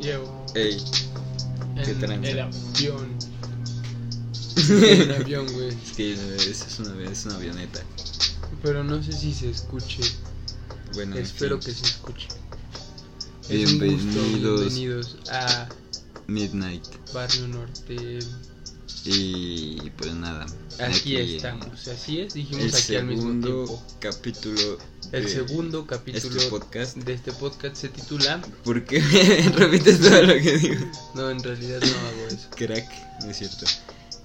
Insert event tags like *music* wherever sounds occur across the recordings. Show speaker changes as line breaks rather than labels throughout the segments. Llevo *laughs*
Ey, ¿qué
en el
tranza?
avión. En *laughs*
*laughs*
el avión, güey.
Es que esa es una, es una avioneta.
Pero no sé si se escuche.
Bueno,
Espero
en
que
fin.
se escuche. Es un gusto,
Bienvenidos
bienvenidos a
Midnight.
Barrio Norte.
Y pues nada.
Aquí
eh,
estamos. Así es, dijimos
El
aquí al mismo tiempo.
segundo capítulo.
El
de
segundo capítulo
Este podcast.
de este podcast se titula
¿Por qué *laughs* repites todo lo que digo?
No, en realidad no hago
*laughs*
eso.
Crack, no es cierto.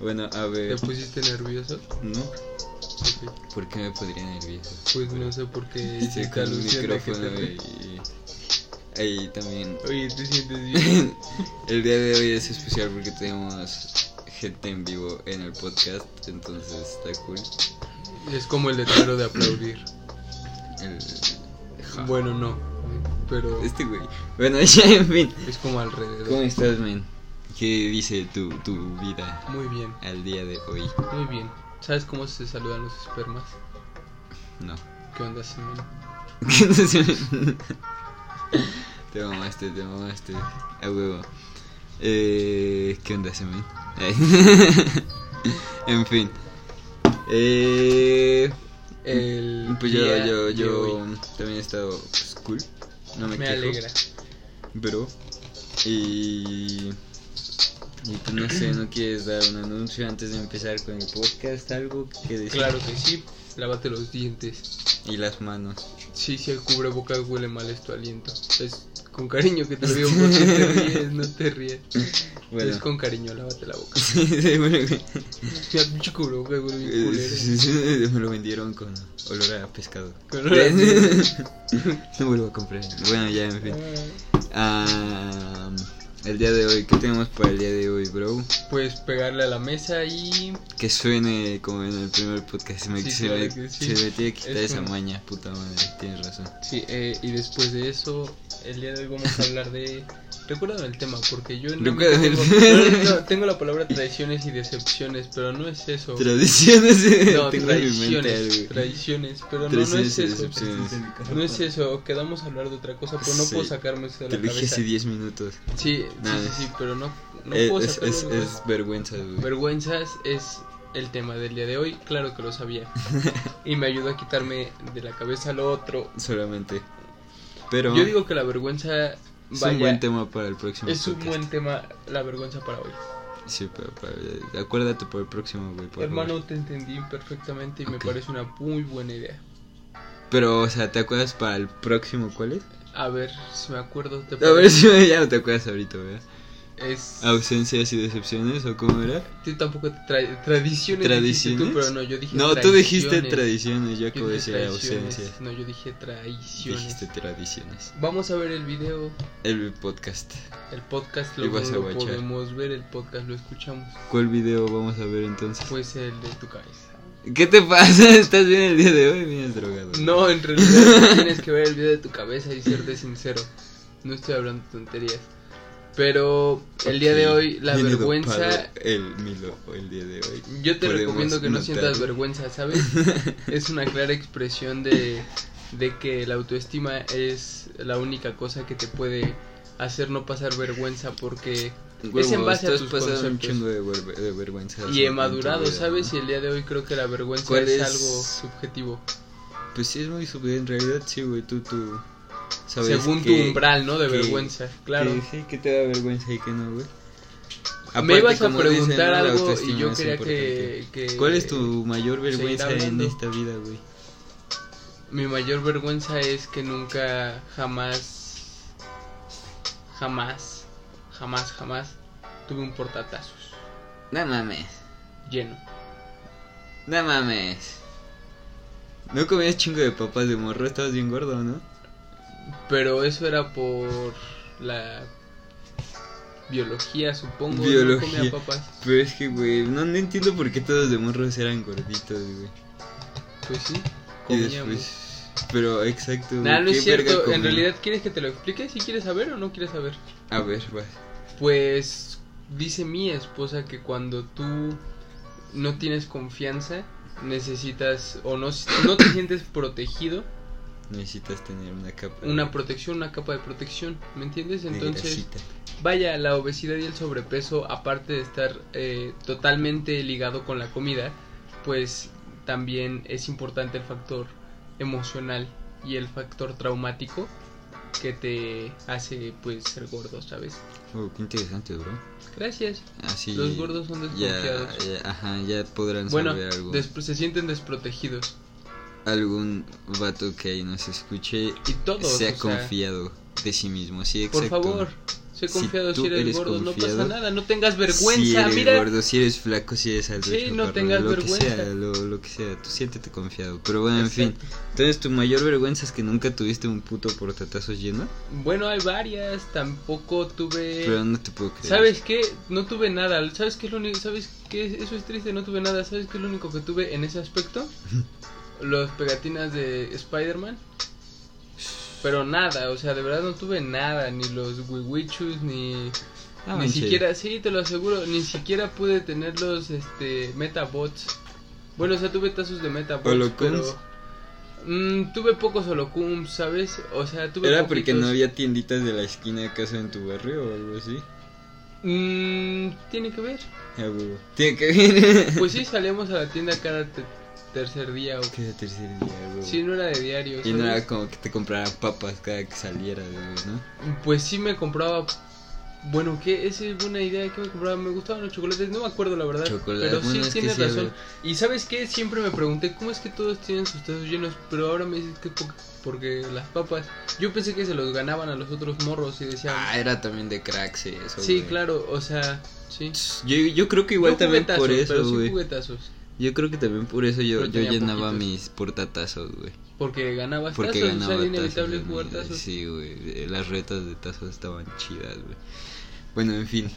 Bueno, a
¿Te
ver.
pusiste nervioso?
¿No?
Ok.
¿Por qué me podría nervioso?
Pues no sé por qué
Estoy
hiciste
con un
alusión a que
micrófono
te...
y. Ahí también.
Oye, ¿te sientes bien?
*laughs* el día de hoy es especial porque tenemos gente en vivo en el podcast, entonces está cool.
es como el letrero de aplaudir.
El- Ja.
Bueno, no, pero
Este güey. Bueno, *laughs* ya en fin.
es como alrededor.
¿Cómo estás, men? ¿Qué dice tu, tu vida
Muy bien,
al día de hoy?
muy bien. ¿Sabes cómo se saludan los espermas?
No. *laughs*
¿Qué onda, Simón?
Mm, te mamaste, te mamaste. A huevo. Eh, ¿Qué onda, semen? Ay. *laughs* en fin. Eh,
El
pues yo,
día
yo,
de
yo
hoy.
también he estado pues, cool. No me,
me,
quejo,
alegra.
Bro. Y. Y pues no sé, ¿no quieres dar un anuncio antes de empezar con el podcast? Algo que decir.
Claro que sí. Lávate los dientes.
Y las manos.
Sí, si el cubrebocas huele mal es tu aliento. Es con cariño que te lo digo porque
*laughs*
te ríes, no te ríes. Es con cariño, lávate la boca. *laughs*
Sí, bueno, güey.
Ya, pinche cubrebocas huele
Eh,
bien culero.
Me lo vendieron con olor a pescado.
*laughs* Con olor a pescado.
*laughs* no vuelvo a comprar. Bueno, ya, en fin. Ah, el día de hoy, ¿qué tenemos para el día de hoy, bro?
Puedes Pues, pegarle a la mesa y
Que suene como en el primer podcast. Se me,
Sí,
se
claro
me-
que
se
sí.
me tiene que quitar
Es
esa
un-
maña, puta madre. Tienes razón.
Sí, eh, y después de eso, el día de hoy vamos a hablar de... Recuérdame el tema, porque yo no me
Recuérdame el-
tengo, no, no, no, tengo la palabra traiciones y decepciones, pero no es eso.
Tradiciones.
no,
*laughs* tengo en mi mente
traiciones,
algo.
traiciones, pero no, no es
Traiciones y
eso. pues,
decepciones.
No es eso, quedamos a hablar de otra cosa, pero no
Sí.
puedo sacarme eso de la
Te lo dije
cabeza.
hace
Sí,
10 minutos.
sí,
Nada.
sí, sí, pero no, no
Eh,
puedo
es,
sacarlo.
es,
de la
es vergüenza, güey.
Vergüenzas es el tema del día de hoy, claro que lo
*laughs*
sabía. y me ayudó a quitarme de la cabeza lo otro.
Solamente. Pero.
Yo digo que la vergüenza
Es
vaya,
un buen tema para el próximo
es un
podcast.
buen tema la vergüenza para hoy.
Sí, pero, pero, eh, acuérdate por el próximo, güey, por
Hermano,
favor.
te entendí perfectamente y me
Ok.
parece una muy buena idea.
Pero, o sea, ¿te acuerdas para el próximo cuál es?
A ver si me acuerdo. ¿te
A ver
parece?
si ya no te acuerdas ahorita, ¿verdad?
Es...
Ausencias y decepciones, ¿o cómo era?
Tú tampoco te tra- tradiciones. dijiste tú,
¿Tradiciones?
pero no, yo dije
No, tú dijiste
traiciones.
tradiciones, yo
Yo
acabo de
dije
decir
traiciones.
ausencias.
No, yo dije traiciones.
Dijiste tradiciones.
Vamos a ver el video,
El podcast.
el podcast
Y
lo,
vas a
lo
guachar.
podemos ver, el podcast lo escuchamos.
¿Cuál video vamos a ver entonces?
Pues el de tu cabeza.
¿Qué te pasa? *laughs* ¿Estás bien el día de hoy? Vienes drogado.
No, en realidad tienes que ver el video de tu cabeza y serte sincero. No estoy hablando tonterías. Pero el día de
Ok,
hoy, la
viene
vergüenza.
dopado El Milo, el día de hoy.
Yo te
Podemos
recomiendo que no
notar.
sientas vergüenza, ¿sabes?
*laughs*
Es una clara expresión de, de que la autoestima es la única cosa que te puede hacer no pasar vergüenza porque.
Huevo,
en base a
estás
tus
pasando un
conceptos.
chingo de, verbe- de vergüenza.
Y he
en tu
madurado,
vida,
¿sabes? Y
¿no?
el día de hoy creo que la vergüenza
¿Cuál
es,
es?
algo subjetivo.
Pues sí, es muy subjetivo. En realidad, sí, güey. Tú, tú. Sabes
Según
qué-
tu umbral, ¿no? De
qué-
vergüenza, claro.
qué- sí, qué te da vergüenza y qué no, güey.
me
Aparte,
ibas a
como dicen,
preguntar
¿no? La
algo y
autoestima
yo
es
quería
importante.
que, que-
¿Cuál es tu mayor vergüenza en
hablando.
esta vida, güey?
Mi mayor vergüenza es que nunca, jamás, jamás, jamás, jamás tuve un portatazos
No mames.
lleno.
No mames. No comías chingo de papas de morro, estabas bien gordo, ¿no?
Pero eso era por la biología, supongo.
Biología.
No comía papas.
Pero es que, güey, no, no entiendo por qué todos de morros eran gorditos, güey.
Pues sí,
Y
comíamos.
después. Pero exacto.
Nah, no
¿qué
es
verga
cierto. En
comí?
realidad, ¿quieres que te lo explique? ¿Si quieres saber o no quieres saber?
A ver, vas.
Pues dice mi esposa que cuando tú no tienes confianza, necesitas o no, no te sientes protegido,
Necesitas tener una capa.
una protección, una capa de protección, ¿me entiendes?
de
Entonces,
grasita.
vaya, la obesidad y el sobrepeso, aparte de estar eh, totalmente ligado con la comida, pues también es importante el factor emocional y el factor traumático que te hace pues ser gordo, ¿sabes?
Oh, qué interesante, bro.
Gracias.
Así.
Los gordos son
ya,
desconfiados.
ya- ajá, ya podrán
Bueno,
saber algo.
desp- se sienten desprotegidos.
Algún vato que ahí nos escuche
Y todos, o
sea
sea,
confiado de sí mismo. Sí,
por
exacto.
favor, sé
Si
confiado si,
tú
eres,
eres
gordo, no
confiado,
pasa nada, no tengas
si
vergüenza,
eres
mira.
gordo, si eres flaco, si eres alto,
Sí,
chaparro,
no tengas
lo que
vergüenza.
sea, lo, lo que sea, tú siéntete confiado. Pero bueno, en fin,
Exacto.
entonces tu mayor vergüenza es que nunca tuviste un puto portatazos lleno,
Bueno, hay varias, tampoco tuve
pero no te puedo creer.
¿Sabes qué? No tuve nada. ¿Sabes qué es lo único? ¿Sabes qué? Eso es triste, no tuve nada. ¿Sabes qué es lo único que tuve en ese
*laughs*
aspecto? Los pegatinas de Spider-Man. Pero nada, o sea, de verdad no tuve nada, ni los wiwichus, ni
Ah,
ni
manche.
siquiera, sí, te lo aseguro, ni siquiera pude tener los este metabots. Bueno, o sea, tuve tazos de metabots, pero
¿Holocoons?
mm, tuve pocos holocums, ¿sabes? O sea, tuve
¿Era porque
poquitos.
no había tienditas de la esquina acaso en tu barrio o algo así?
Mm, tiene que ver.
A huevo. Tiene que
*laughs*
ver.
Pues sí, salíamos a la tienda cada te- tercer día.
*laughs*
O...
Cada tercer día, a huevo.
Sí, no era de diario.
Y no
¿sabes?
era como que te compraran papas cada que saliera, ¿no?
Pues sí me compraba. Bueno, ¿qué? Esa es buena idea que me compraba. Me gustaban los chocolates, no me acuerdo la verdad.
Chocolates,
Pero sí
bueno, es que
tienes
sí, a
razón.
ver.
Y sabes qué? Siempre me pregunté cómo es que todos tienen sus tazos llenos. Pero ahora me dices que po- porque las papas. Yo pensé que se los ganaban a los otros morros y decían.
Ah, era también de cracks eh, eso,
sí,
güey.
claro, o sea, sí.
Yo, yo creo que igual
No
también
juguetazos,
por
pero
eso,
sí
güey.
juguetazos.
Yo creo que también por eso yo,
Pero
yo
tenía
llenaba
poquitos.
mis portatazos, güey.
Porque ganabas
Porque
tazos,
ganaba
o sea, era
tazos.
inevitable
en
jugar
mi-
tazos.
Sí, güey. eh, Las retas de tazos estaban chidas, güey. Bueno, en fin.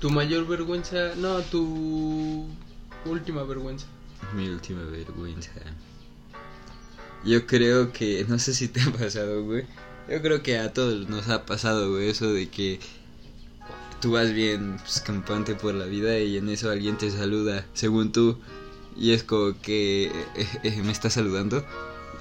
Tu mayor vergüenza, no, tu última vergüenza.
Mi última vergüenza. Yo creo que, no sé si te ha pasado, güey. Yo creo que a todos nos ha pasado, güey, eso de que tú vas bien pues, campante por la vida y en eso alguien te saluda, según tú, y es como que eh, eh, me está saludando.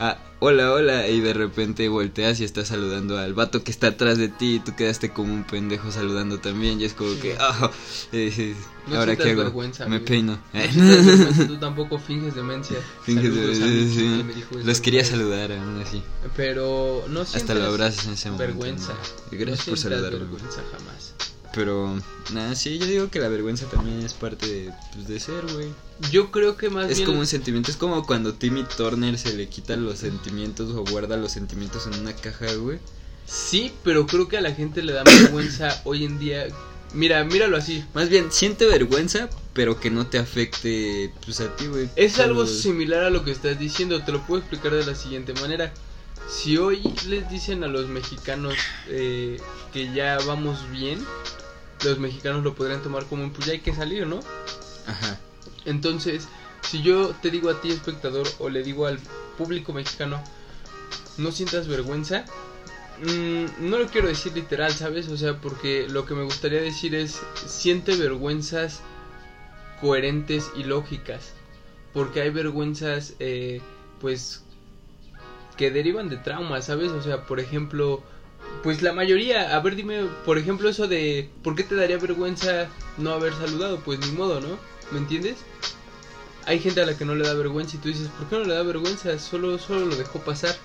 Ah, hola, hola, y de repente volteas y estás saludando al vato que está atrás de ti y tú quedaste como un pendejo saludando también y es como que, ah, eh, eh,
No
ahora
sientas
qué hago,
vergüenza,
me
amigo.
peino. *laughs*
Tú tampoco finges demencia.
Finges de-
Saludos a
sí,
mi
sí,
chico
sí.
que me dijo eso
Los quería
alguna
saludar aún así.
vez. Pero no sientas
Hasta lo abrazas en ese momento.
vergüenza.
¿no? Y Gracias
No
por
sientas
saludarme. güey.
vergüenza jamás.
Pero, nada, sí, yo digo que la vergüenza también es parte de, pues, de ser, güey.
Yo creo que más
Es
bien
como un sentimiento, es como cuando Timmy Turner se le quita los sentimientos o guarda los sentimientos en una caja, güey.
sí, pero creo que a la gente le da *coughs* vergüenza hoy en día. Mira, míralo así.
Más bien, siente vergüenza, pero que no te afecte, pues, a ti, güey.
Es algo
Solo-
similar a lo que estás diciendo, te lo puedo explicar de la siguiente manera. Si hoy les dicen a los mexicanos eh, que ya vamos bien, los mexicanos lo podrían tomar como un pues ya hay que salir, ¿no?
Ajá.
Entonces, si yo te digo a ti espectador o le digo al público mexicano, no sientas vergüenza, mm, no lo quiero decir literal, ¿sabes? O sea, porque lo que me gustaría decir es, siente vergüenzas coherentes y lógicas, porque hay vergüenzas, eh, pues, que derivan de traumas, ¿sabes? O sea, por ejemplo... Pues la mayoría, a ver dime, por ejemplo eso de ¿por qué te daría vergüenza no haber saludado? Pues ni modo, ¿no? ¿Me entiendes? Hay gente a la que no le da vergüenza y tú dices, ¿por qué no le da vergüenza? Solo, solo lo dejó pasar.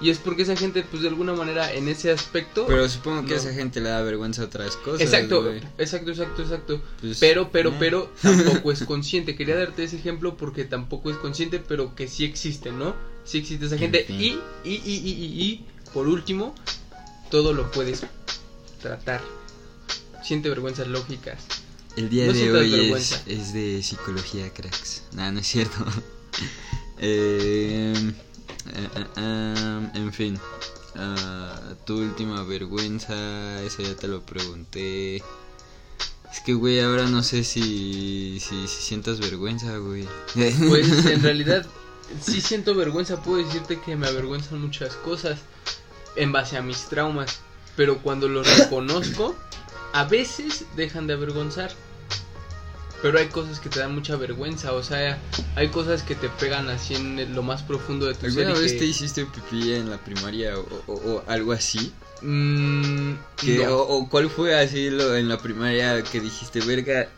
Y es porque esa gente, pues de alguna manera, en ese aspecto...
Pero supongo que
No.
a esa gente le da vergüenza a otras cosas,
exacto,
güey.
exacto, exacto, exacto.
Pues,
Pero, pero,
eh.
pero,
*laughs*
tampoco es consciente. Quería darte ese ejemplo porque tampoco es consciente, pero que sí existe, ¿no? Sí existe esa
En
gente.
fin.
Y, y, y, y, y, y, por último, todo lo puedes tratar. Siente vergüenzas lógicas.
El día
No
de
sientas
hoy es,
vergüenza.
es de psicología, cracks. Nah, no es cierto. *laughs* Eh, ah, ah, ah, en fin, Ah, tu última vergüenza, eso ya te lo pregunté. Es que, güey, ahora no sé si, si, si sientas vergüenza, güey. *laughs*
Pues en realidad sí siento vergüenza, puedo decirte que me avergüenzan muchas cosas en base a mis traumas, pero cuando los reconozco, a veces dejan de avergonzar. pero hay cosas que te dan mucha vergüenza, o sea, hay cosas que te pegan así en el- lo más profundo de tu ser.
¿Alguna
y
vez
que-
te hiciste pipí en la primaria o, o- o algo así?
Mm,
Que-
no.
o, o cuál fue así lo, en la primaria que dijiste, verga,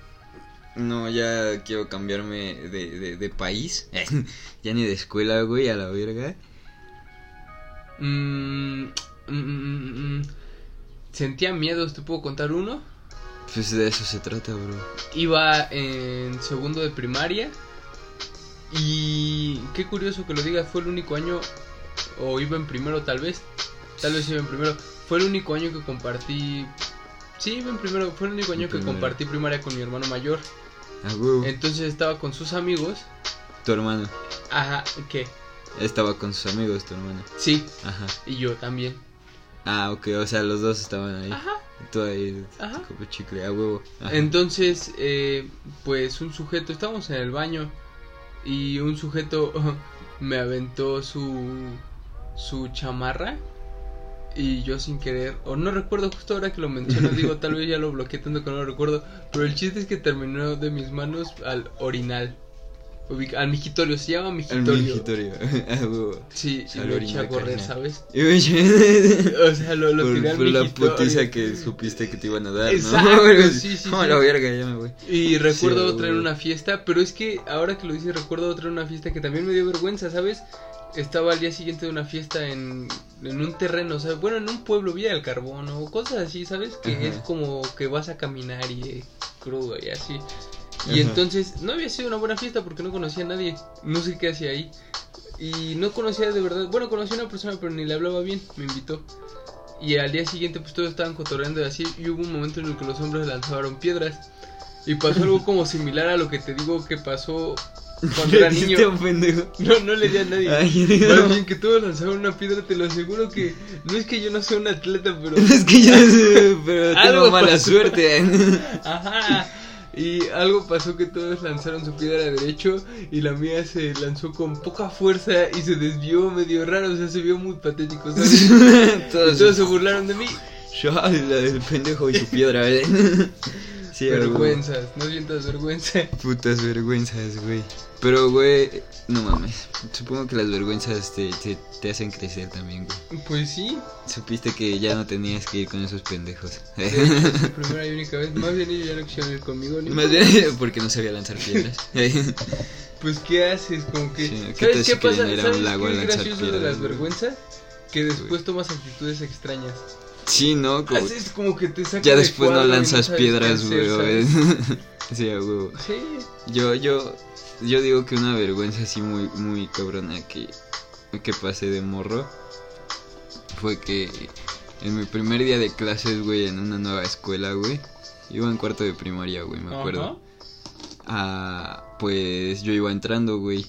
no, ya quiero cambiarme de, de- de país? *laughs* ya ni de escuela, güey, a la verga.
Mm, mm, mm, mm, mm. Sentía miedos, te puedo contar uno.
Pues de eso se trata, bro.
Iba en segundo de primaria. Y qué curioso que lo diga, fue el único año, o iba en primero tal vez, tal vez iba en primero, fue el único año que compartí, sí, iba en primero, fue el único
En
año que
primero.
compartí primaria con mi hermano mayor.
Ah, güey,
Entonces estaba con sus amigos,
Tu hermano.
ajá, ¿qué?
Estaba con sus amigos, tu hermano.
Sí,
Ajá.
y yo también.
Ah, ok, o sea, los dos estaban ahí.
Ajá,
Tú ahí,
Ah. ajá.
como chicle, a huevo. Ajá.
Entonces, eh, pues un sujeto, estábamos en el baño y un sujeto *laughs* me aventó su, su chamarra y yo sin querer, o no recuerdo justo ahora que lo
*laughs*
menciono, digo, tal vez ya lo bloqueé tanto que no lo recuerdo, pero el chiste es que terminó de mis manos al orinal, ubica- al migitorio, se llama
El
migitorio.
migitorio. *laughs* a huevo.
Sí, y
Al
lo eché
orinal,
a correr,
carnal.
¿sabes? *laughs*
Por,
O sea, *laughs* lo, lo tiré al
por la
migitorio.
putiza que supiste que te iban a dar, ¿no? *laughs*
Exacto, sí, sí,
Como
sí.
la verga, ya me voy.
Y recuerdo
Sí,
otra en
güey.
una fiesta, pero es que ahora que lo dices, recuerdo otra en una fiesta que también me dio vergüenza, ¿sabes? Estaba al día siguiente de una fiesta en, en un terreno, o sea, bueno, en un pueblo, Villa del Carbón o cosas así, ¿sabes? Que
Ajá.
es como que vas a caminar y eh, crudo y así. Y
Ajá.
entonces no había sido una buena fiesta porque no conocía a nadie, no sé qué hacía ahí. Y no conocía de verdad, bueno, conocí a una persona, pero ni le hablaba bien, me invitó. Y al día siguiente, pues todos estaban cotorreando y así. Y hubo un momento en el que los hombres lanzaron piedras. Y pasó algo como similar a lo que te digo que pasó cuando
*laughs*
era
Diste
niño.
un Este pendejo.
No, no le di a nadie.
Ay,
Más *laughs*
no.
bien que todos lanzaron una piedra, te lo aseguro que. No es que yo no sea un atleta, pero.
Es que yo sé, pero
Algo
tengo mala
pasó.
suerte. ¿eh?
Ajá. Y algo pasó que todos lanzaron su piedra derecho y la mía se lanzó con poca fuerza y se desvió medio raro, o sea, se vio muy patético.
*laughs*
¿sabes? Y todos
Todos.
se burlaron de mí.
Yo, la del pendejo y su piedra, ¿eh? *laughs* Sí, a huevo.
Vergüenzas, no sientas vergüenza.
Putas vergüenzas, güey. Pero, güey, no mames. Supongo que las vergüenzas te, te, te hacen crecer también, güey.
Pues
*laughs*
sí,
Supiste que ya no tenías que ir con esos pendejos.
de hecho, es la primera y única vez. Más bien ellos ya no quisieron ir conmigo. Ni
*laughs* Más bien *laughs* porque no sabía lanzar piedras. *laughs*
Pues qué haces, como que...
Sí, ¿qué tal
¿Sabes
si
qué pasa?
querían ir a un
¿Sabes
lago a
qué es
lanzar
gracioso de
piedras,
las
güey?
vergüenzas? Que después tomas actitudes extrañas.
sí, ¿no? Como-
Haces como que te sacas
ya después no lanzas
sabes qué
piedras,
hacer,
güey.
¿sabes?
*laughs* sí, a huevo.
Sí,
Yo, yo, yo digo que una vergüenza así muy, muy cabrona que, que pasé de morro fue que en mi primer día de clases, güey, en una nueva escuela, güey, iba en cuarto de primaria, güey, *laughs* me acuerdo. Ah, pues yo iba entrando, güey.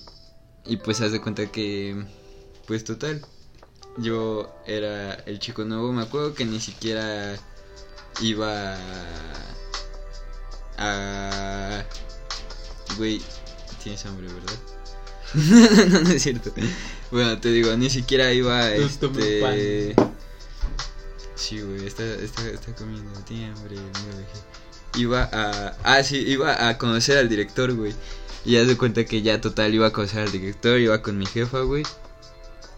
Y pues haz de cuenta que, pues total, yo era el chico nuevo. Me acuerdo que ni siquiera iba a... Güey, tienes hambre, ¿verdad? *laughs* no, no es cierto. Bueno, te digo, ni siquiera iba a...
Justo mi
Este... Sí, güey, está, está, está comiendo, tiene hambre, mira, güey iba a. Ah, sí, iba a conocer al director, güey. Y ya se cuenta que ya total iba a conocer al director, iba con mi jefa, güey.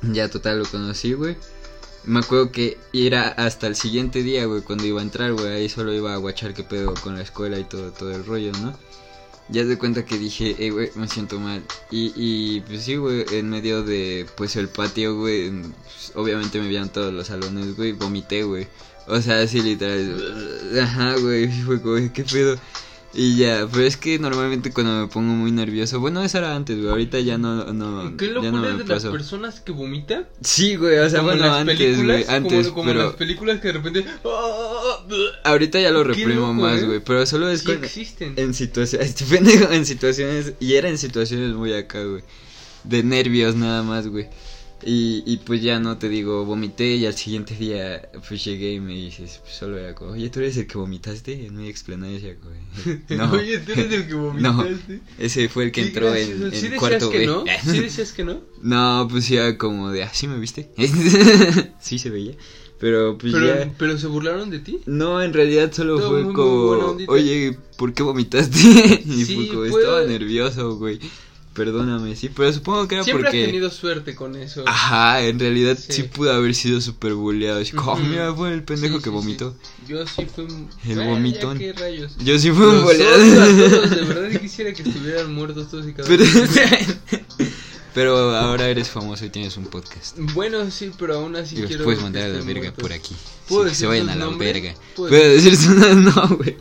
Ya total lo conocí, güey. Me acuerdo que era hasta el siguiente día, güey, cuando iba a entrar, güey. Ahí solo iba a guachar qué pedo con la escuela y todo, todo el rollo, ¿no? Ya se cuenta que dije, eh, güey, me siento mal. Y, y pues sí, güey, en medio de, pues, el patio, güey. en- pues, obviamente me vieron todos los salones, güey. Vomité, güey. O sea, así literal. *laughs* Ajá, güey. Fue como, qué pedo. Y ya, pero es que normalmente cuando me pongo muy nervioso. Bueno, eso era antes, güey. Ahorita ya no. no
¿Qué
ya
locura
no me
de las
pasó.
personas que vomitan?
Sí, güey, o sea,
Como en
bueno,
las
antes,
películas,
güey.
como-
Antes,
como, en
pero.
las películas que de repente...
Ahorita ya lo
Qué
reprimo
loco,
más,
eh.
güey. Pero solo es
Sí
cuando-
existen.
en *laughs* este situaciones. pendejo, en situaciones. Y era en situaciones muy acá, güey. De nervios nada más, güey. Y, y pues ya no te digo, vomité y al siguiente día pues llegué y me dices, pues, solo era como, oye, tú eres el que vomitaste en mi explanación.
*laughs*
No,
Oye, tú eres el que vomitaste.
*laughs* ese fue el que
Qué
entró en,
gracioso.
en
¿Sí decías
cuarto
que
B. *laughs*
no? ¿Sí decías que no?
No, pues ya como de, así me viste. *laughs* sí se veía. Pero pues
Pero,
ya.
pero se burlaron de ti.
No, en realidad solo
No,
fue
muy, muy buena
como,
ondita.
oye, ¿por qué vomitaste? *laughs* y
Sí,
fue como,
fue-
estaba nervioso, güey. Perdóname, sí, pero supongo que era
Siempre
porque. Ah,
has tenido suerte con eso.
Ajá, en realidad sí,
Sí.
pudo haber sido súper buleado. Es como, "Oh,
Ujú.
mira, fue el pendejo
Sí,
que
sí,
vomitó.
sí. Yo sí fui un.
El
Bueno, ya
vomitón.
¿Qué rayos?
Yo sí fui un
Los odio
buleado.
a todos,
*laughs*
de verdad quisiera que estuvieran muertos todos y cada
pero,
uno.
pero ahora eres famoso y tienes un podcast.
Bueno, sí, pero aún así
y los
quiero.
puedes
que
mandar a la
estén
verga
muertos.
por aquí.
¿Puedo
Sí, que
decir
se vayan
sus
a la
nombres?
verga.
¿Puedo
Pero decir su *laughs* nombre, no, güey.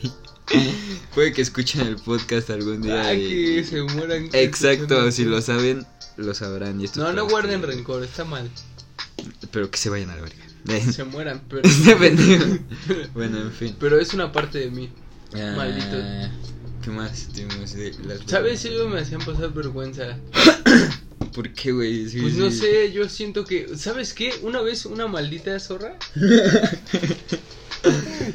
Puede que escuchen el podcast algún día.
Ah,
y-
que se mueran.
*laughs* Exacto,
escuchando.
si lo este- saben, lo sabrán. Y esto
No,
es
no
para
guarden
ustedes.
rencor, está
*laughs*
mal.
Pero que se vayan a la verga. *laughs*
Se mueran, pero.
Este pendejo. bueno, en fin.
*laughs* Pero es una parte de mí.
Ah,
Maldito.
¿Qué más tuvimos de las
¿Sabes? Ellos me hacían pasar vergüenza.
¿Por qué, güey? Sí,
Pues no
sí.
sé, yo siento que. ¿Sabes qué? Una vez una maldita
*laughs*
zorra.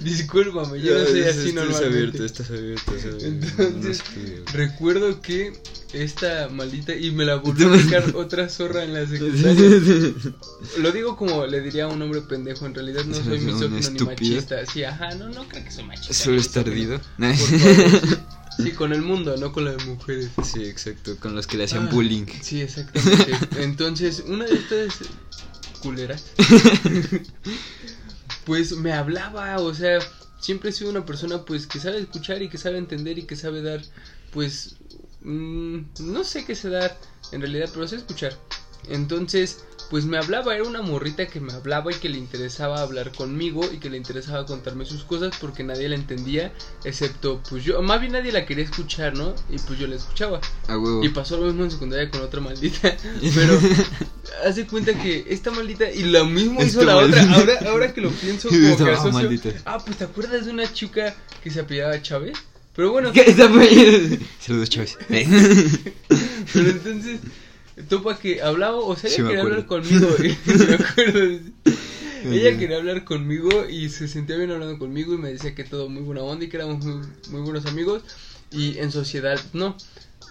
Discúlpame, yo no soy
Ah, es-
así
estás abierto,
normalmente.
estás abierto. estás abierto.
Entonces,
No sé, güey.
Recuerdo que esta maldita. Y
*laughs*
me la volvió a sacar otra zorra en la secundaria.
Entonces,
Lo digo como le diría a un hombre pendejo. En realidad no
Es
soy
un
misógino ni
estúpido.
machista. Sí, ajá, no, no creo que soy machista.
Solo
ni
es tardido.
misógino. Por favor, sí. Sí, con el mundo, no con las mujeres.
*laughs* Sí, exacto, con los que le hacían
Ah,
bullying.
Sí, exactamente.
*laughs*
Entonces, una de estas culeras, pues me hablaba, o sea, siempre he sido una persona pues que sabe escuchar y que sabe entender y que sabe dar, pues, mm, no sé qué sé dar en realidad, pero sé escuchar. Entonces, pues me hablaba, era una morrita que me hablaba y que le interesaba hablar conmigo y que le interesaba contarme sus cosas porque nadie la entendía, excepto pues yo, más bien nadie la quería escuchar, ¿no? Y pues yo la escuchaba.
A huevo.
Y pasó lo mismo en secundaria con otra
*laughs*
maldita. Pero hace cuenta que esta maldita y lo mismo hizo
Esta
la otra.
maldita.
Ahora, ahora que lo pienso, como
*laughs* Esta
que asocio-
maldita.
Ah, pues te acuerdas de una chica que se apellidaba Chávez. Pero
*laughs*
bueno,
¿Qué está
*laughs*
pe- Saludos, Chávez. *laughs*
pero entonces topa que hablaba, o sea, ella
Sí, me
quería hablar
acuerdo.
conmigo. *laughs*
*laughs*
me acuerdo. Ella quería hablar conmigo y se sentía bien hablando conmigo y me decía que todo muy buena onda y que éramos muy, muy buenos amigos. Y en sociedad, no.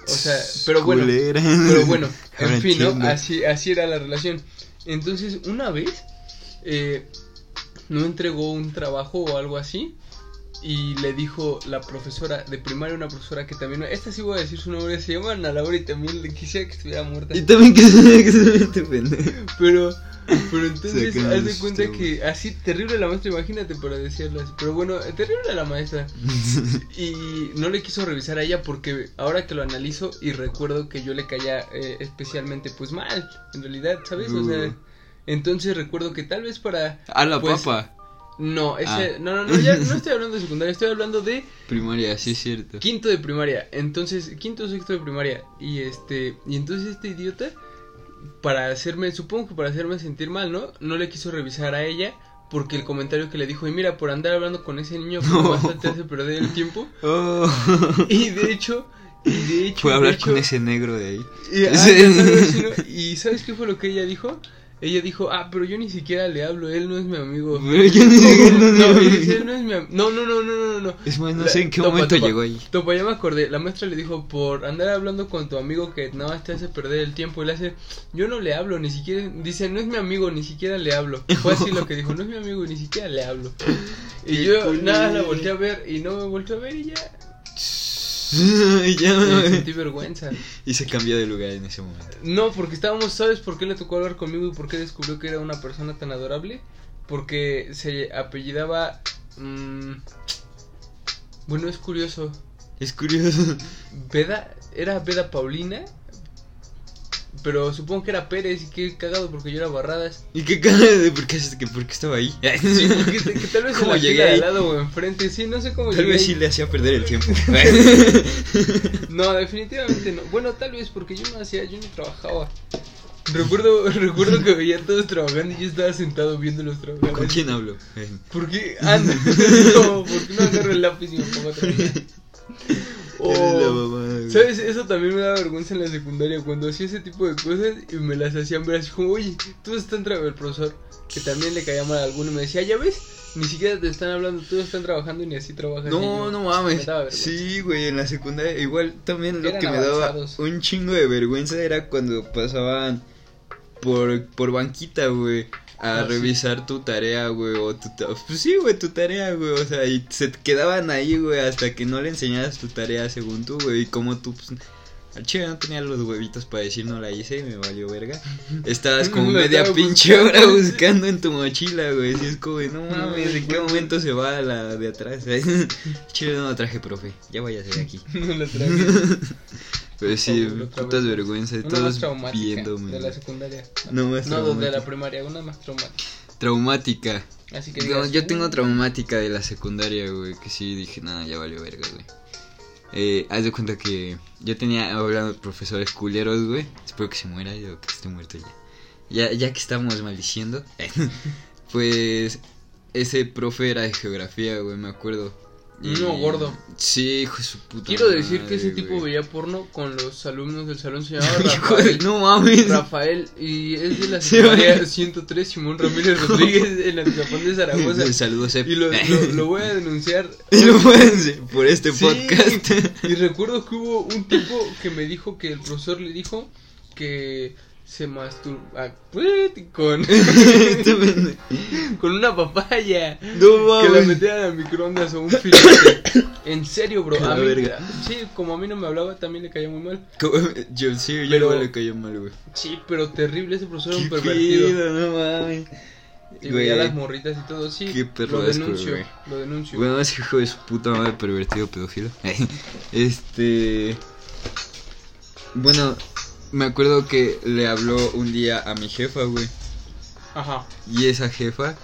O sea,
*laughs*
pero bueno.
Culera. *laughs*
Pero bueno,
Ahora
en fin, ¿no?
entiendo.
Así, así era la relación. Entonces, una vez eh, no entregó un trabajo o algo así. Y le dijo la profesora de primaria, una profesora que también. Esta sí voy a decir su nombre, se llama Ana Laura y también le quisiera que estuviera muerta.
Y también que que se
*laughs*
mete pendejo. *laughs*
Pero, pero entonces,
Sacando
haz de
sus
cuenta
temas.
que así, terrible la maestra, imagínate para decirlo así. Pero bueno, terrible la maestra. Y no le quiso revisar a ella porque ahora que lo analizo y recuerdo que yo le caía eh, especialmente pues mal, en realidad, ¿sabes? O sea,
Uh.
entonces recuerdo que tal vez para...
A la
Pues-
papa.
No, ese,
Ah.
no, no, no, ya
*laughs*
no estoy hablando de secundaria, estoy hablando de
Primaria, sí es cierto.
quinto de primaria. Entonces, quinto o sexto de primaria. Y este, y entonces este idiota, para hacerme, supongo que para hacerme sentir mal, ¿no? No le quiso revisar a ella porque el comentario que le dijo, y mira, por andar hablando con ese
*laughs*
niño, que
No.
bastante hace perder el tiempo.
Oh.
Y de hecho, y de hecho,
*laughs* Puedo
de
hablar
hecho,
con ese negro de ahí.
Y,
*laughs*
ah,
Sí.
ya sabes, sí, ¿no? Y ¿sabes qué fue lo que ella dijo? Ella dijo, ah, pero yo ni siquiera le hablo, él no es mi amigo.
Pero yo ni siquiera
no,
no, no,
ella
no.
dice, "Él no es mi am- No, no, no, no, no, no.
Es más, no
La-
sé en qué
topa,
momento
topa.
llegó ahí.
Topa, ya me acordé, la maestra le dijo, por andar hablando con tu amigo que nada más te hace perder el tiempo, y le hace, yo no le hablo, ni siquiera, dice, no es mi amigo, ni siquiera le hablo. Fue así lo que dijo, no es mi amigo, ni siquiera le
*laughs*
hablo. Y
Qué
yo nada, la
culero.
volteé a ver y no me volteó a ver y ya.
*laughs* Y ya no-
Y sentí vergüenza.
Y se cambió de lugar en ese momento.
No, porque estábamos, ¿sabes por qué le tocó hablar conmigo y por qué descubrió que era una persona tan adorable? Porque se apellidaba... mm, bueno, es curioso.
Es curioso. *laughs*
Veda, era Veda Paulina, pero supongo que era Pérez y qué cagado porque yo era Barradas.
¿Y qué cara de por qué, haces que por qué estaba ahí?
*laughs* Sí,
*laughs*
porque te- que tal vez en
¿Cómo
la
llegué
fila de
ahí?
al lado o enfrente, sí, no sé cómo
Tal
llegué
vez
ahí.
sí le hacía perder
*laughs*
el tiempo. *laughs*
No, definitivamente no. Bueno, tal vez porque yo no hacía, yo no trabajaba. Recuerdo, *laughs* recuerdo que veía a todos trabajando y yo estaba sentado viéndolos trabajar.
¿Con quién hablo? *laughs*
*laughs*
*laughs*
¿Por qué? Ah, no, no, ¿por qué no agarro el lápiz y me pongo a trabajar? O-
Eres la mamá, güey.
¿Sabes? Eso también me da vergüenza en la secundaria cuando hacía ese tipo de cosas y me las hacían ver así como, oye, todos están trabajando. El profesor que también le caía mal a alguno y me decía, ya ves, ni siquiera te están hablando, todos están trabajando y ni así trabajan. Y
No,
yo,
no
me
mames.
daba vergüenza.
Sí, güey, en la secundaria. Igual también lo
Eran
que me
avanzados.
daba un chingo de vergüenza era cuando pasaban por, por banquita, güey. A
Ah, sí.
revisar tu tarea, güey. O tu ta- Pues sí, güey, tu tarea, güey. O sea, y se te quedaban ahí, güey, hasta que no le enseñaras tu tarea según tú, güey. Y como tú, pues. Al chile no tenía los huevitos para decir no la hice y me
*laughs*
valió verga. Estabas como
Lo
media
estaba
pinche hora
buscando.
buscando en tu mochila, güey. Si es como, de, no
No,
mames, ¿en qué
güey.
momento se va la de atrás? *laughs* Chile no la traje, profe. Ya váyase de *laughs* aquí.
*laughs* no la traje.
Pero Pues sí,
Otra vez.
putas vergüenza y
Una más
todos
traumática
viéndome.
de la secundaria.
No más
No,
traumática.
de la primaria, una más traumática.
Traumática.
Así que
No,
digas,
yo tengo
"Uh,
traumática de la secundaria, güey, que sí dije, nada, ya valió verga, güey. Eh, haz de cuenta que yo tenía hablando de profesores culeros, güey. Espero que se muera, yo que esté muerto ya. Ya, ya que estamos maldiciendo, *laughs* pues ese profe era de geografía, güey, me acuerdo.
No, gordo.
Sí, hijo de su puta.
Quiero decir que
madre,
ese
*laughs*
tipo
güey.
veía porno con los alumnos del salón,
*laughs*
se llamaba
Hijo de-
Rafael.
no mames.
Rafael, y es de la
Sí,
secundaria
güey.
103 Simón Ramírez
*laughs*
Rodríguez en Antizapán de Zaragoza.
Saludos, Ep.
Y lo, lo, lo voy a denunciar.
*laughs* Y lo pueden- por este
Sí.
podcast.
*laughs* Y recuerdo que hubo un tipo que me dijo que el profesor le dijo que se masturba con,
*laughs* Este pendejo.
con una papaya.
No
Que la
mames.
metían a microondas o un
*laughs*
filete. En serio, bro.
La
A mí,
verga.
sí, como a mí no me hablaba, también le caía muy mal.
Como- Yo sí, yo
Pero-
igual le cayó mal, güey.
Sí, pero terrible ese profesor, era un
Qué
pervertido.
pedo, no mames.
Y
Güey.
veía las morritas y todo, sí.
Qué perro
lo
asco,
denuncio,
güey.
lo denuncio.
Bueno, ese hijo de su puta madre pervertido pedófilo. *laughs* Este. Bueno, me acuerdo que le habló un día a mi jefa, güey.
Ajá.
Y esa jefa,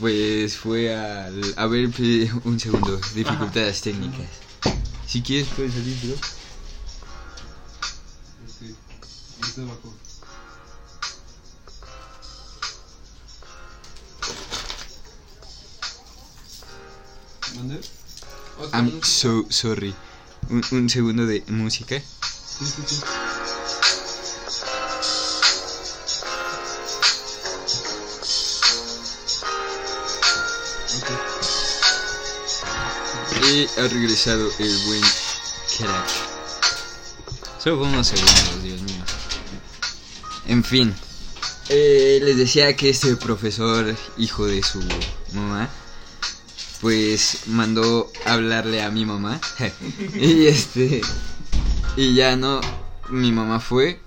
pues fue al. A ver, pues, *laughs* un segundo. Dificultades técnicas. Si quieres, puedes salir, bro.
Este, ¿Mande?
Otra
I'm
denuncia.
so sorry. Un, un segundo de música.
Sí, sí, sí. Ok.
Y ha regresado el buen crack. Solo fue unos segundos, Dios mío. En fin, eh, les decía que este profesor, hijo de su mamá, pues mandó hablarle a mi mamá. *laughs* y este. Y ya no, mi mamá fue.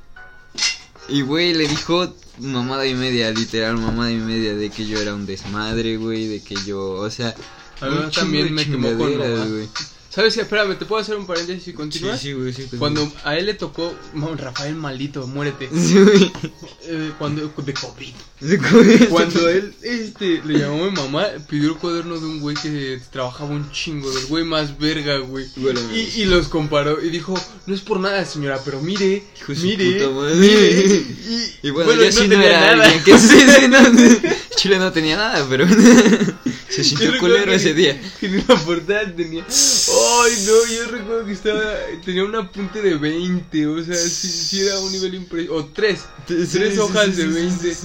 Y güey, le dijo mamada y media, literal, mamada y media, de que yo era un desmadre, güey, de que yo, o sea.
A mí
un
también
chingo de
me quemó con
chingaderas,
mamá.
güey.
¿Sabes qué? Espérame, ¿te puedo hacer un paréntesis y continuar?
Sí, sí, güey, sí, continúa.
Cuando a él le tocó, "Mam, Rafael maldito, muérete.
*laughs* Sí, güey.
Eh, cuando de COVID.
Se *laughs* comió-
Cuando él este le llamó a mi mamá, pidió el cuaderno de un güey que trabajaba un chingo, del güey más verga, güey.
Bueno,
Y, y los comparó y dijo, no es por nada, señora, pero mire,
Hijo de su
mire,
puta madre.
mire.
Y bueno, yo sí no
tenía
era
*laughs*
alguien que sí, sí, no, Chile no tenía nada, pero se
Yo
sintió
recuerdo
culero
que-
ese día.
Que ni la portada tenía. Ay, no, yo recuerdo que estaba. Tenía un apunte de 20. O sea, sí, sí era un nivel impresionante. O 3.
Tres
Tres hojas de 20.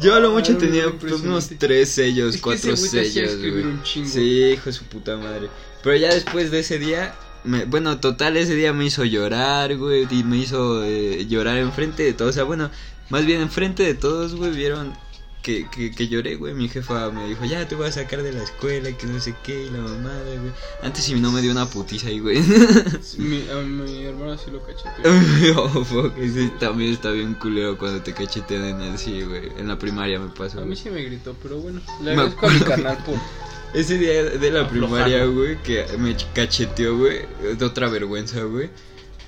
Yo a lo
Ay,
mucho
güey,
tenía pues,
impresionante.
unos tres sellos,
Es que
cuatro
ese güey te hacía
sellos,
escribir
güey.
un chingo.
Sí, hijo de su puta madre. Pero ya después de ese día, me- bueno, total, ese día me hizo llorar, güey, y me hizo eh, llorar enfrente de todos. O sea, bueno, más bien enfrente de todos, güey, vieron que, que, que lloré, güey. Mi jefa me dijo, ya te voy a sacar de la escuela, y que no sé qué, y la mamada, güey. Antes si no me dio una putiza ahí, güey. *laughs*
Mi, a mi hermano sí lo cacheteó.
oh, fuck, ese también está bien culero cuando te cachetean así, güey. En la primaria me pasó,
A mí
güey.
sí me gritó, pero bueno.
Me
Le agradezco a mi
acuerdo.
canal por.
Ese día de la
Aflojando.
primaria, güey, que me ch- cacheteó, güey, de otra vergüenza, güey.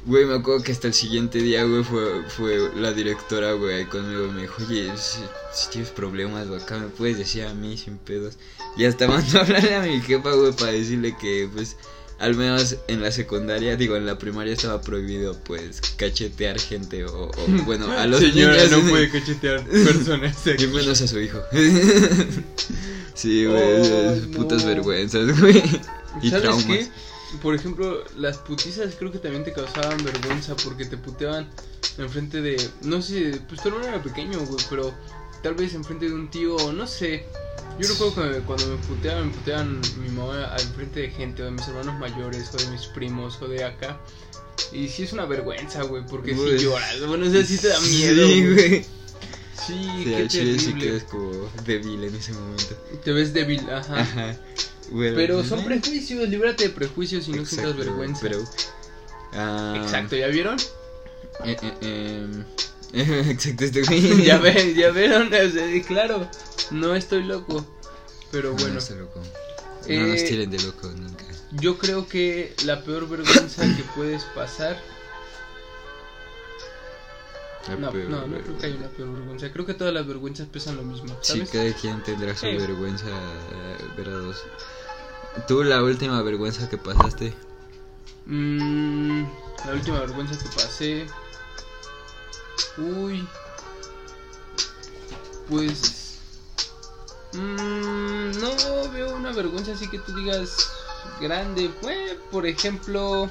Güey, me acuerdo que hasta el siguiente día, güey, fue, fue la directora, güey, ahí conmigo y me dijo, oye, si, si tienes problemas, güey, acá me puedes decir a mí sin pedos. Y hasta *laughs* mandó a hablarle a mi jefa, güey, para decirle que, pues, al menos en la secundaria, digo, en la primaria estaba prohibido, pues, cachetear gente o, o, *laughs* bueno, a los
Señora,
niños.
no puede cachetear personas.
*laughs* Y
aquí.
menos a su hijo. *laughs* sí, güey,
Ay,
putas
Oh, no.
vergüenzas, güey. Y
¿Sabes
traumas.
qué? por ejemplo, las putizas creo que también te causaban vergüenza porque te puteaban enfrente de, no sé, pues tú no era pequeño, güey, pero tal vez enfrente de un tío, o no sé. Yo recuerdo que cuando me puteaban, me puteaban mi mamá al frente de gente, o de mis hermanos mayores, o de mis primos, o de acá. Y sí es una vergüenza, güey, porque
Güey.
si lloras, bueno, o sea, sí te da
Sí,
miedo. güey.
güey.
Sí,
Sí,
qué
al chile sí
terrible.
quedas como débil en ese momento.
Te ves débil, ajá.
Ajá. Bueno,
Ah. Pero
pues,
son
eh,
prejuicios, líbrate de prejuicios y no
exacto,
sientas vergüenza.
Pero, ah,
Exacto, ¿ya vieron? *laughs*
eh, eh, em, *laughs* exacto, este
*laughs*
güey.
ya, ven, ya vieron, o sea, claro, no estoy loco. Pero
No,
bueno,
No, está loco.
Eh,
no nos tiren de loco nunca.
yo creo que la peor vergüenza que puedes pasar.
La
no,
peor
no, no creo que
vergüenza.
hay una peor vergüenza. Creo que todas las vergüenzas pesan lo mismo,
Sí,
¿sabes?
cada quien tendrá su
Sí.
vergüenza eh, grados. ¿Tú la última vergüenza que pasaste?
Mm, la última vergüenza que pasé. Uy. Pues. mm, no veo una vergüenza así que tú digas grande. Pues, por ejemplo.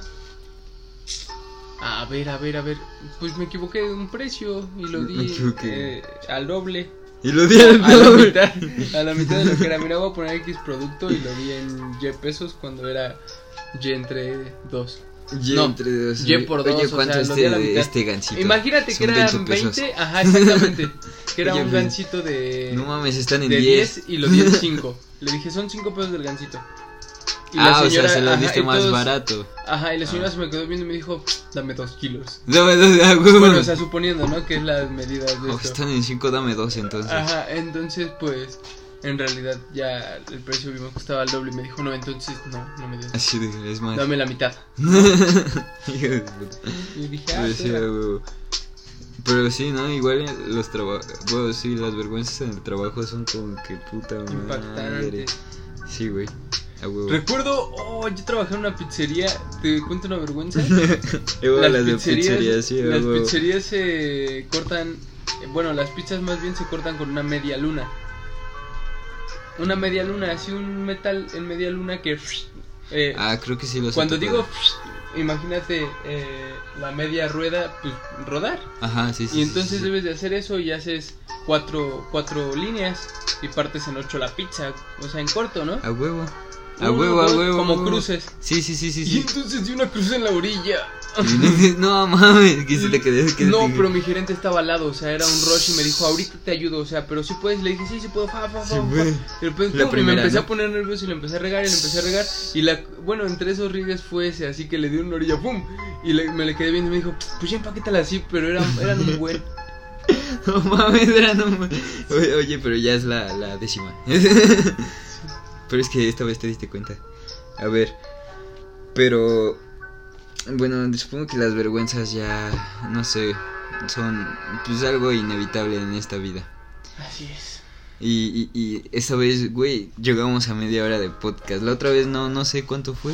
A ver, a ver, a ver. Pues me equivoqué de un precio y lo
Me
di
equivoqué.
eh, al
*laughs*
doble.
Y lo di al
A la,
doble.
mitad, a la mitad de lo que era. Mira, voy a poner X producto y lo di en Y pesos cuando era Y entre 2.
Y
No,
entre dos.
y por dos,
Oye,
o
¿cuánto
sea, lo di a la
este,
mitad.
este gancito?
Imagínate que
Son
eran 20,
pesos.
ajá, exactamente. Que era
*laughs* Oye,
un
pues,
gancito de,
No mames, están en
de
10.
10 y lo di
*laughs*
en 5. Le dije, son 5 pesos del gancito. Y la
Ah, o sea,
señora,
se lo
ajá,
diste
y
más
todos-
barato.
Ajá, y la señora
Ah.
se me quedó viendo y me dijo, dame 2 kilos.
*laughs* Dame dos, ah, güey.
Bueno, o sea, suponiendo, ¿no? Que es las medidas de
Oh,
esto.
están en 5, dame dos entonces.
Ajá, entonces, pues, en realidad ya el precio vimos que estaba al doble y me dijo, no, entonces, no, no me des.
Así de, es más. *laughs*
Dame la mitad.
Hijo de puta.
Y dije, ah,
Pero sí,
será".
Pues, güey. Pero sí, ¿no? Igual los trabajos... Bueno, sí, las vergüenzas en el trabajo son como que puta madre.
impactante.
Sí, güey. A huevo. *laughs*
Recuerdo, oh, yo trabajé en una pizzería, te cuento una
*laughs*
vergüenza.
Y luego las de pizzería, sí, a
las
huevo.
pizzerías se cortan, eh, bueno, las pizzas más bien se cortan con una media luna. Una media luna, así un metal en media luna que... eh,
Ah, creo que sí los he
cuando
topado.
digo, *laughs* imagínate eh, la media rueda, pues rodar.
Ajá, sí, sí.
Y
sí,
entonces
sí, sí.
debes de hacer eso y haces cuatro, cuatro líneas y partes en ocho la pizza, o sea, en corto, ¿no?
A huevo. A
Uno,
huevo, a
dos,
huevo.
Uh, Como
a huevo.
cruces.
Sí, sí, sí, sí.
Y
sí.
entonces di una cruz en la orilla.
no mames, que se te quedó. que se
No,
te-
pero mi gerente estaba al lado, o sea, era un rush y me dijo, ahorita te ayudo, o sea, pero si puedes, le dije, sí, sí puedo, fa, fa, fa,
Sí,
fa.
güey.
Y de repente, pum, y
La
me
primera,
empecé
¿no?
a poner nervioso y le empecé a regar y le empecé a regar. Y la, bueno, entre esos riegues fue ese, así que le di una orilla, pum, y le- me le quedé viendo y me dijo, pues ya empaquétala así, pero era, eran un buen.
*laughs* *laughs* No mames, era no mames. Oye, oye, pero ya es la, la décima. *laughs* pero es que esta vez te diste cuenta. A ver. Pero. Bueno, supongo que las vergüenzas ya. No sé. Son. Pues algo inevitable en esta vida.
Así es.
Y, y, y esta vez, güey, llegamos a media hora de podcast. La otra vez no, no sé cuánto fue.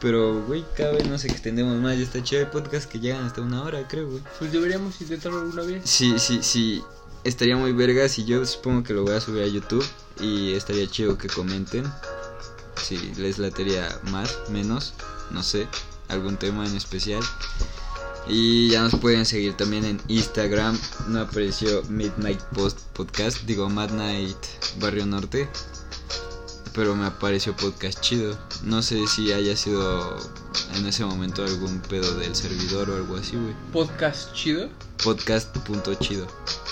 Pero, güey, cada vez nos extendemos más. Ya está chido el podcast que llegan hasta una hora, creo, güey.
Pues deberíamos intentarlo alguna vez.
Sí, sí, sí. Estaría muy vergas y yo supongo que lo voy a subir a YouTube. Y estaría chido que comenten. Si les latería más, menos, no sé, algún tema en especial. Y ya nos pueden seguir también en Instagram. No apareció Midnight Post Podcast, digo Midnight Barrio Norte. Pero me apareció podcast chido. No sé si haya sido en ese momento algún pedo del servidor o algo así, güey.
Podcast chido.
Podcast.chido.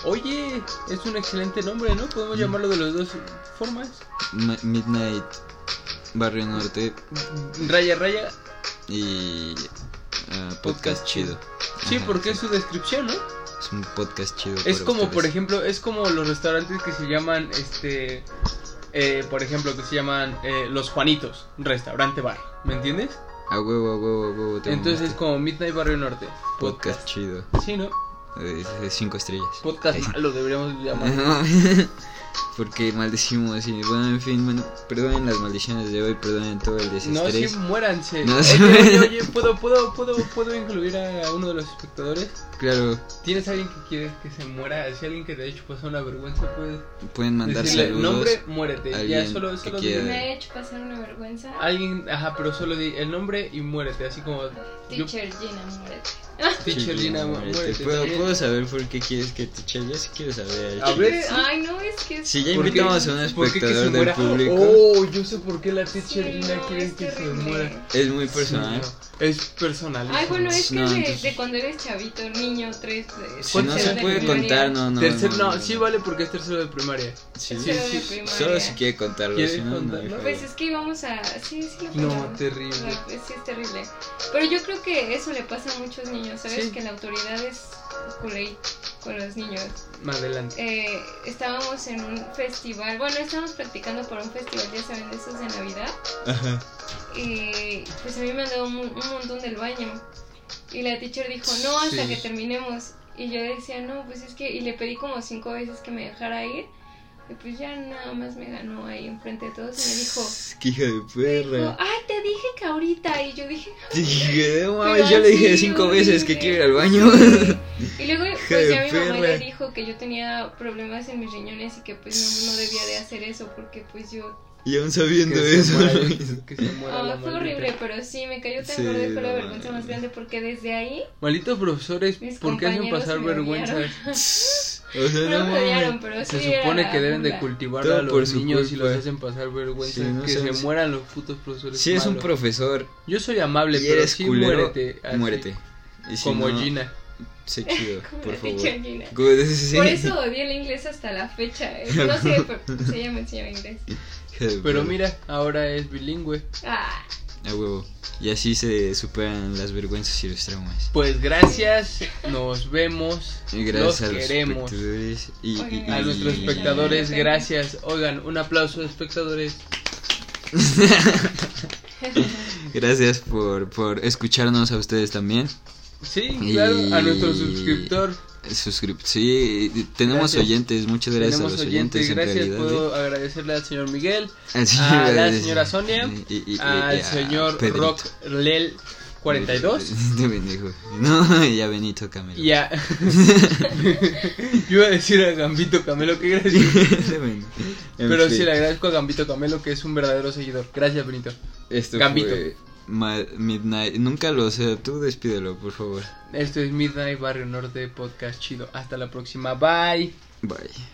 Oye, es un excelente nombre, ¿no? Podemos
Mm.
llamarlo de las dos formas.
Ma- Midnight Barrio Norte
Raya, raya.
y ah, podcast,
Podcast
chido.
Sí,
Ajá,
porque es
sí.
su descripción, ¿no?
es un podcast chido.
Es
para
como, por
ustedes.
ejemplo, es como los restaurantes que se llaman, este, eh, por ejemplo, que se llaman eh, Los Juanitos, restaurante bar, ¿me entiendes?
A huevo, a huevo, a huevo. te
Entonces es
mamaste.
como Midnight Barrio Norte,
podcast
podcast.
chido.
Sí, ¿no?
Eh, de cinco estrellas.
Podcast
Ahí.
*laughs* malo deberíamos llamar.
*laughs* porque maldecimos y bueno, en fin, bueno, perdonen las maldiciones de hoy, perdonen todo el
No, sí,
desestrés.
muéranse.
No,
oye,
sí.
oye, oye, ¿puedo, puedo, puedo, puedo incluir a uno de los espectadores?
Claro,
¿Tienes alguien que quieres que se muera? Si alguien que de hecho pasa una vergüenza, puedes
pueden mandar
decirle,
saludos.
nombre, muérete.
a
Ya,
alguien
solo,
que
solo
quiera.
di-
Me ha hecho pasar una vergüenza.
Alguien, ajá, pero solo di el nombre y muérete. Así como, yo,
Teacher Gina, muérete.
teacher Gina, mu-
Muérete.
muérete.
este, ¿Puedo,
también.
puedo saber por qué quieres que te eche? Yo sí quiero saber.
A ver.
Ay, no, es que.
Si ya
¿Por qué-
invitamos a un
por qué que se
espectador del
muera?
público,
Oh, yo sé por qué la teacher
Sí,
Gina
no,
quieren
es
que se
terrible.
muera.
es muy personal.
Sí, no, Es personal.
Ay, bueno, es que
No,
de,
entonces-
de cuando eres chavito, niño, tres. eh,
Si no
tercero
se
de
puede
primaria.
contar, no, no.
Tercero,
no,
no, sí vale porque es tercero de primaria.
Sí,
Tercero
sí,
de
sí.
primaria.
Solo si quiere contarlo,
¿Quieres
si no, no.
contarlo?
hay
Pues
juego.
es que íbamos a. Sí, sí, lo
No,
contamos.
terrible.
No, pues sí, es terrible. Pero yo creo que eso le pasa a muchos niños, ¿sabes?
Sí.
Que la autoridad es culé con los niños.
Más adelante.
Eh, estábamos en un festival, bueno, estábamos practicando por un festival, ya saben, de esos de Navidad.
Ajá.
Y pues a mí me han dado un, mon- un montón del baño. Y la teacher dijo, no, hasta
Sí.
que terminemos. Y yo decía, no, pues es que. Y le pedí como cinco veces que me dejara ir. Y pues ya nada más me ganó ahí enfrente de todos y
*laughs*
me dijo.
Qué hijo de
Dijo,
perra.
ay, te dije que ahorita. Y yo dije,
*laughs* Dije, no mames,
Pero
yo le
así,
dije cinco veces que
horrible.
quiero ir al baño. *laughs*
*laughs*
y luego pues
Joder,
ya mi mamá
perra.
le dijo que yo tenía problemas en mis riñones y que pues no, no debía de hacer eso porque pues yo...
Y aún sabiendo
Que se
eso.
muera, eh,
lo
que
*laughs*
se muera la
Ah, fue
maldita.
horrible, pero sí, me cayó tan
Sí,
gordo y fue la
no
vergüenza más
mames.
grande porque desde ahí
Malditos profesores,
Mis
¿por qué hacen
compañeros
pasar
me
vergüenza?
odiaron.
hizo. O sea,
no
no
me odiaron,
mames.
pero sí
Se supone
era
que deben de
burla.
cultivar
Todo
a los
por su
niños y
culpa.
los hacen pasar vergüenza.
Sí, no
que se
sabes.
mueran los putos profesores.
Si es un
malos.
profesor
Yo soy amable,
y
pero
eres
sí
culero,
muérete. así,
muérete. Y si
como
no,
Gina.
Sé chido,
Como
por
la
favor.
teacher Gina.
Como dices, sí.
Por eso odié el inglés hasta la fecha. eh. No sé, pero se llama enseñaba inglés.
Hijo de
Pero
perra.
mira, ahora es bilingüe.
Ah,
A huevo. Y así se superan las vergüenzas y los traumas.
Pues gracias, nos vemos.
Y gracias
los
a los
queremos.
espectadores y, y-
Oigan,
A
y-
nuestros
Sí.
espectadores, gracias. Oigan, un aplauso, espectadores.
Gracias por, por escucharnos a ustedes también.
Sí,
Y-
claro, a nuestro suscriptor.
Suscrip sí, tenemos
Gracias.
oyentes, muchas gracias a los oyentes, en
gracias.
realidad. ¿eh?
Puedo agradecerle al señor
*laughs*
Miguel,
Al
a
señor-
la señora Sonia,
y- y- y- y
al
a
señor
Pedrito.
Rock Lel 42
*laughs* Este pendejo. No, *laughs* y a Benito Camelo. *laughs*
y a... *laughs* Yo iba a decir a Gambito Camelo que gracias.
Este pendejo. En
Pero
fin,
sí le agradezco a Gambito Camelo que es un verdadero seguidor. Gracias, Benito.
esto
Gambito.
fue Ma- Midnight. Nunca lo sé, tú despídelo, por favor.
Esto es Midnight Barrio Norte Podcast Chido. Hasta la próxima. Bye.
Bye.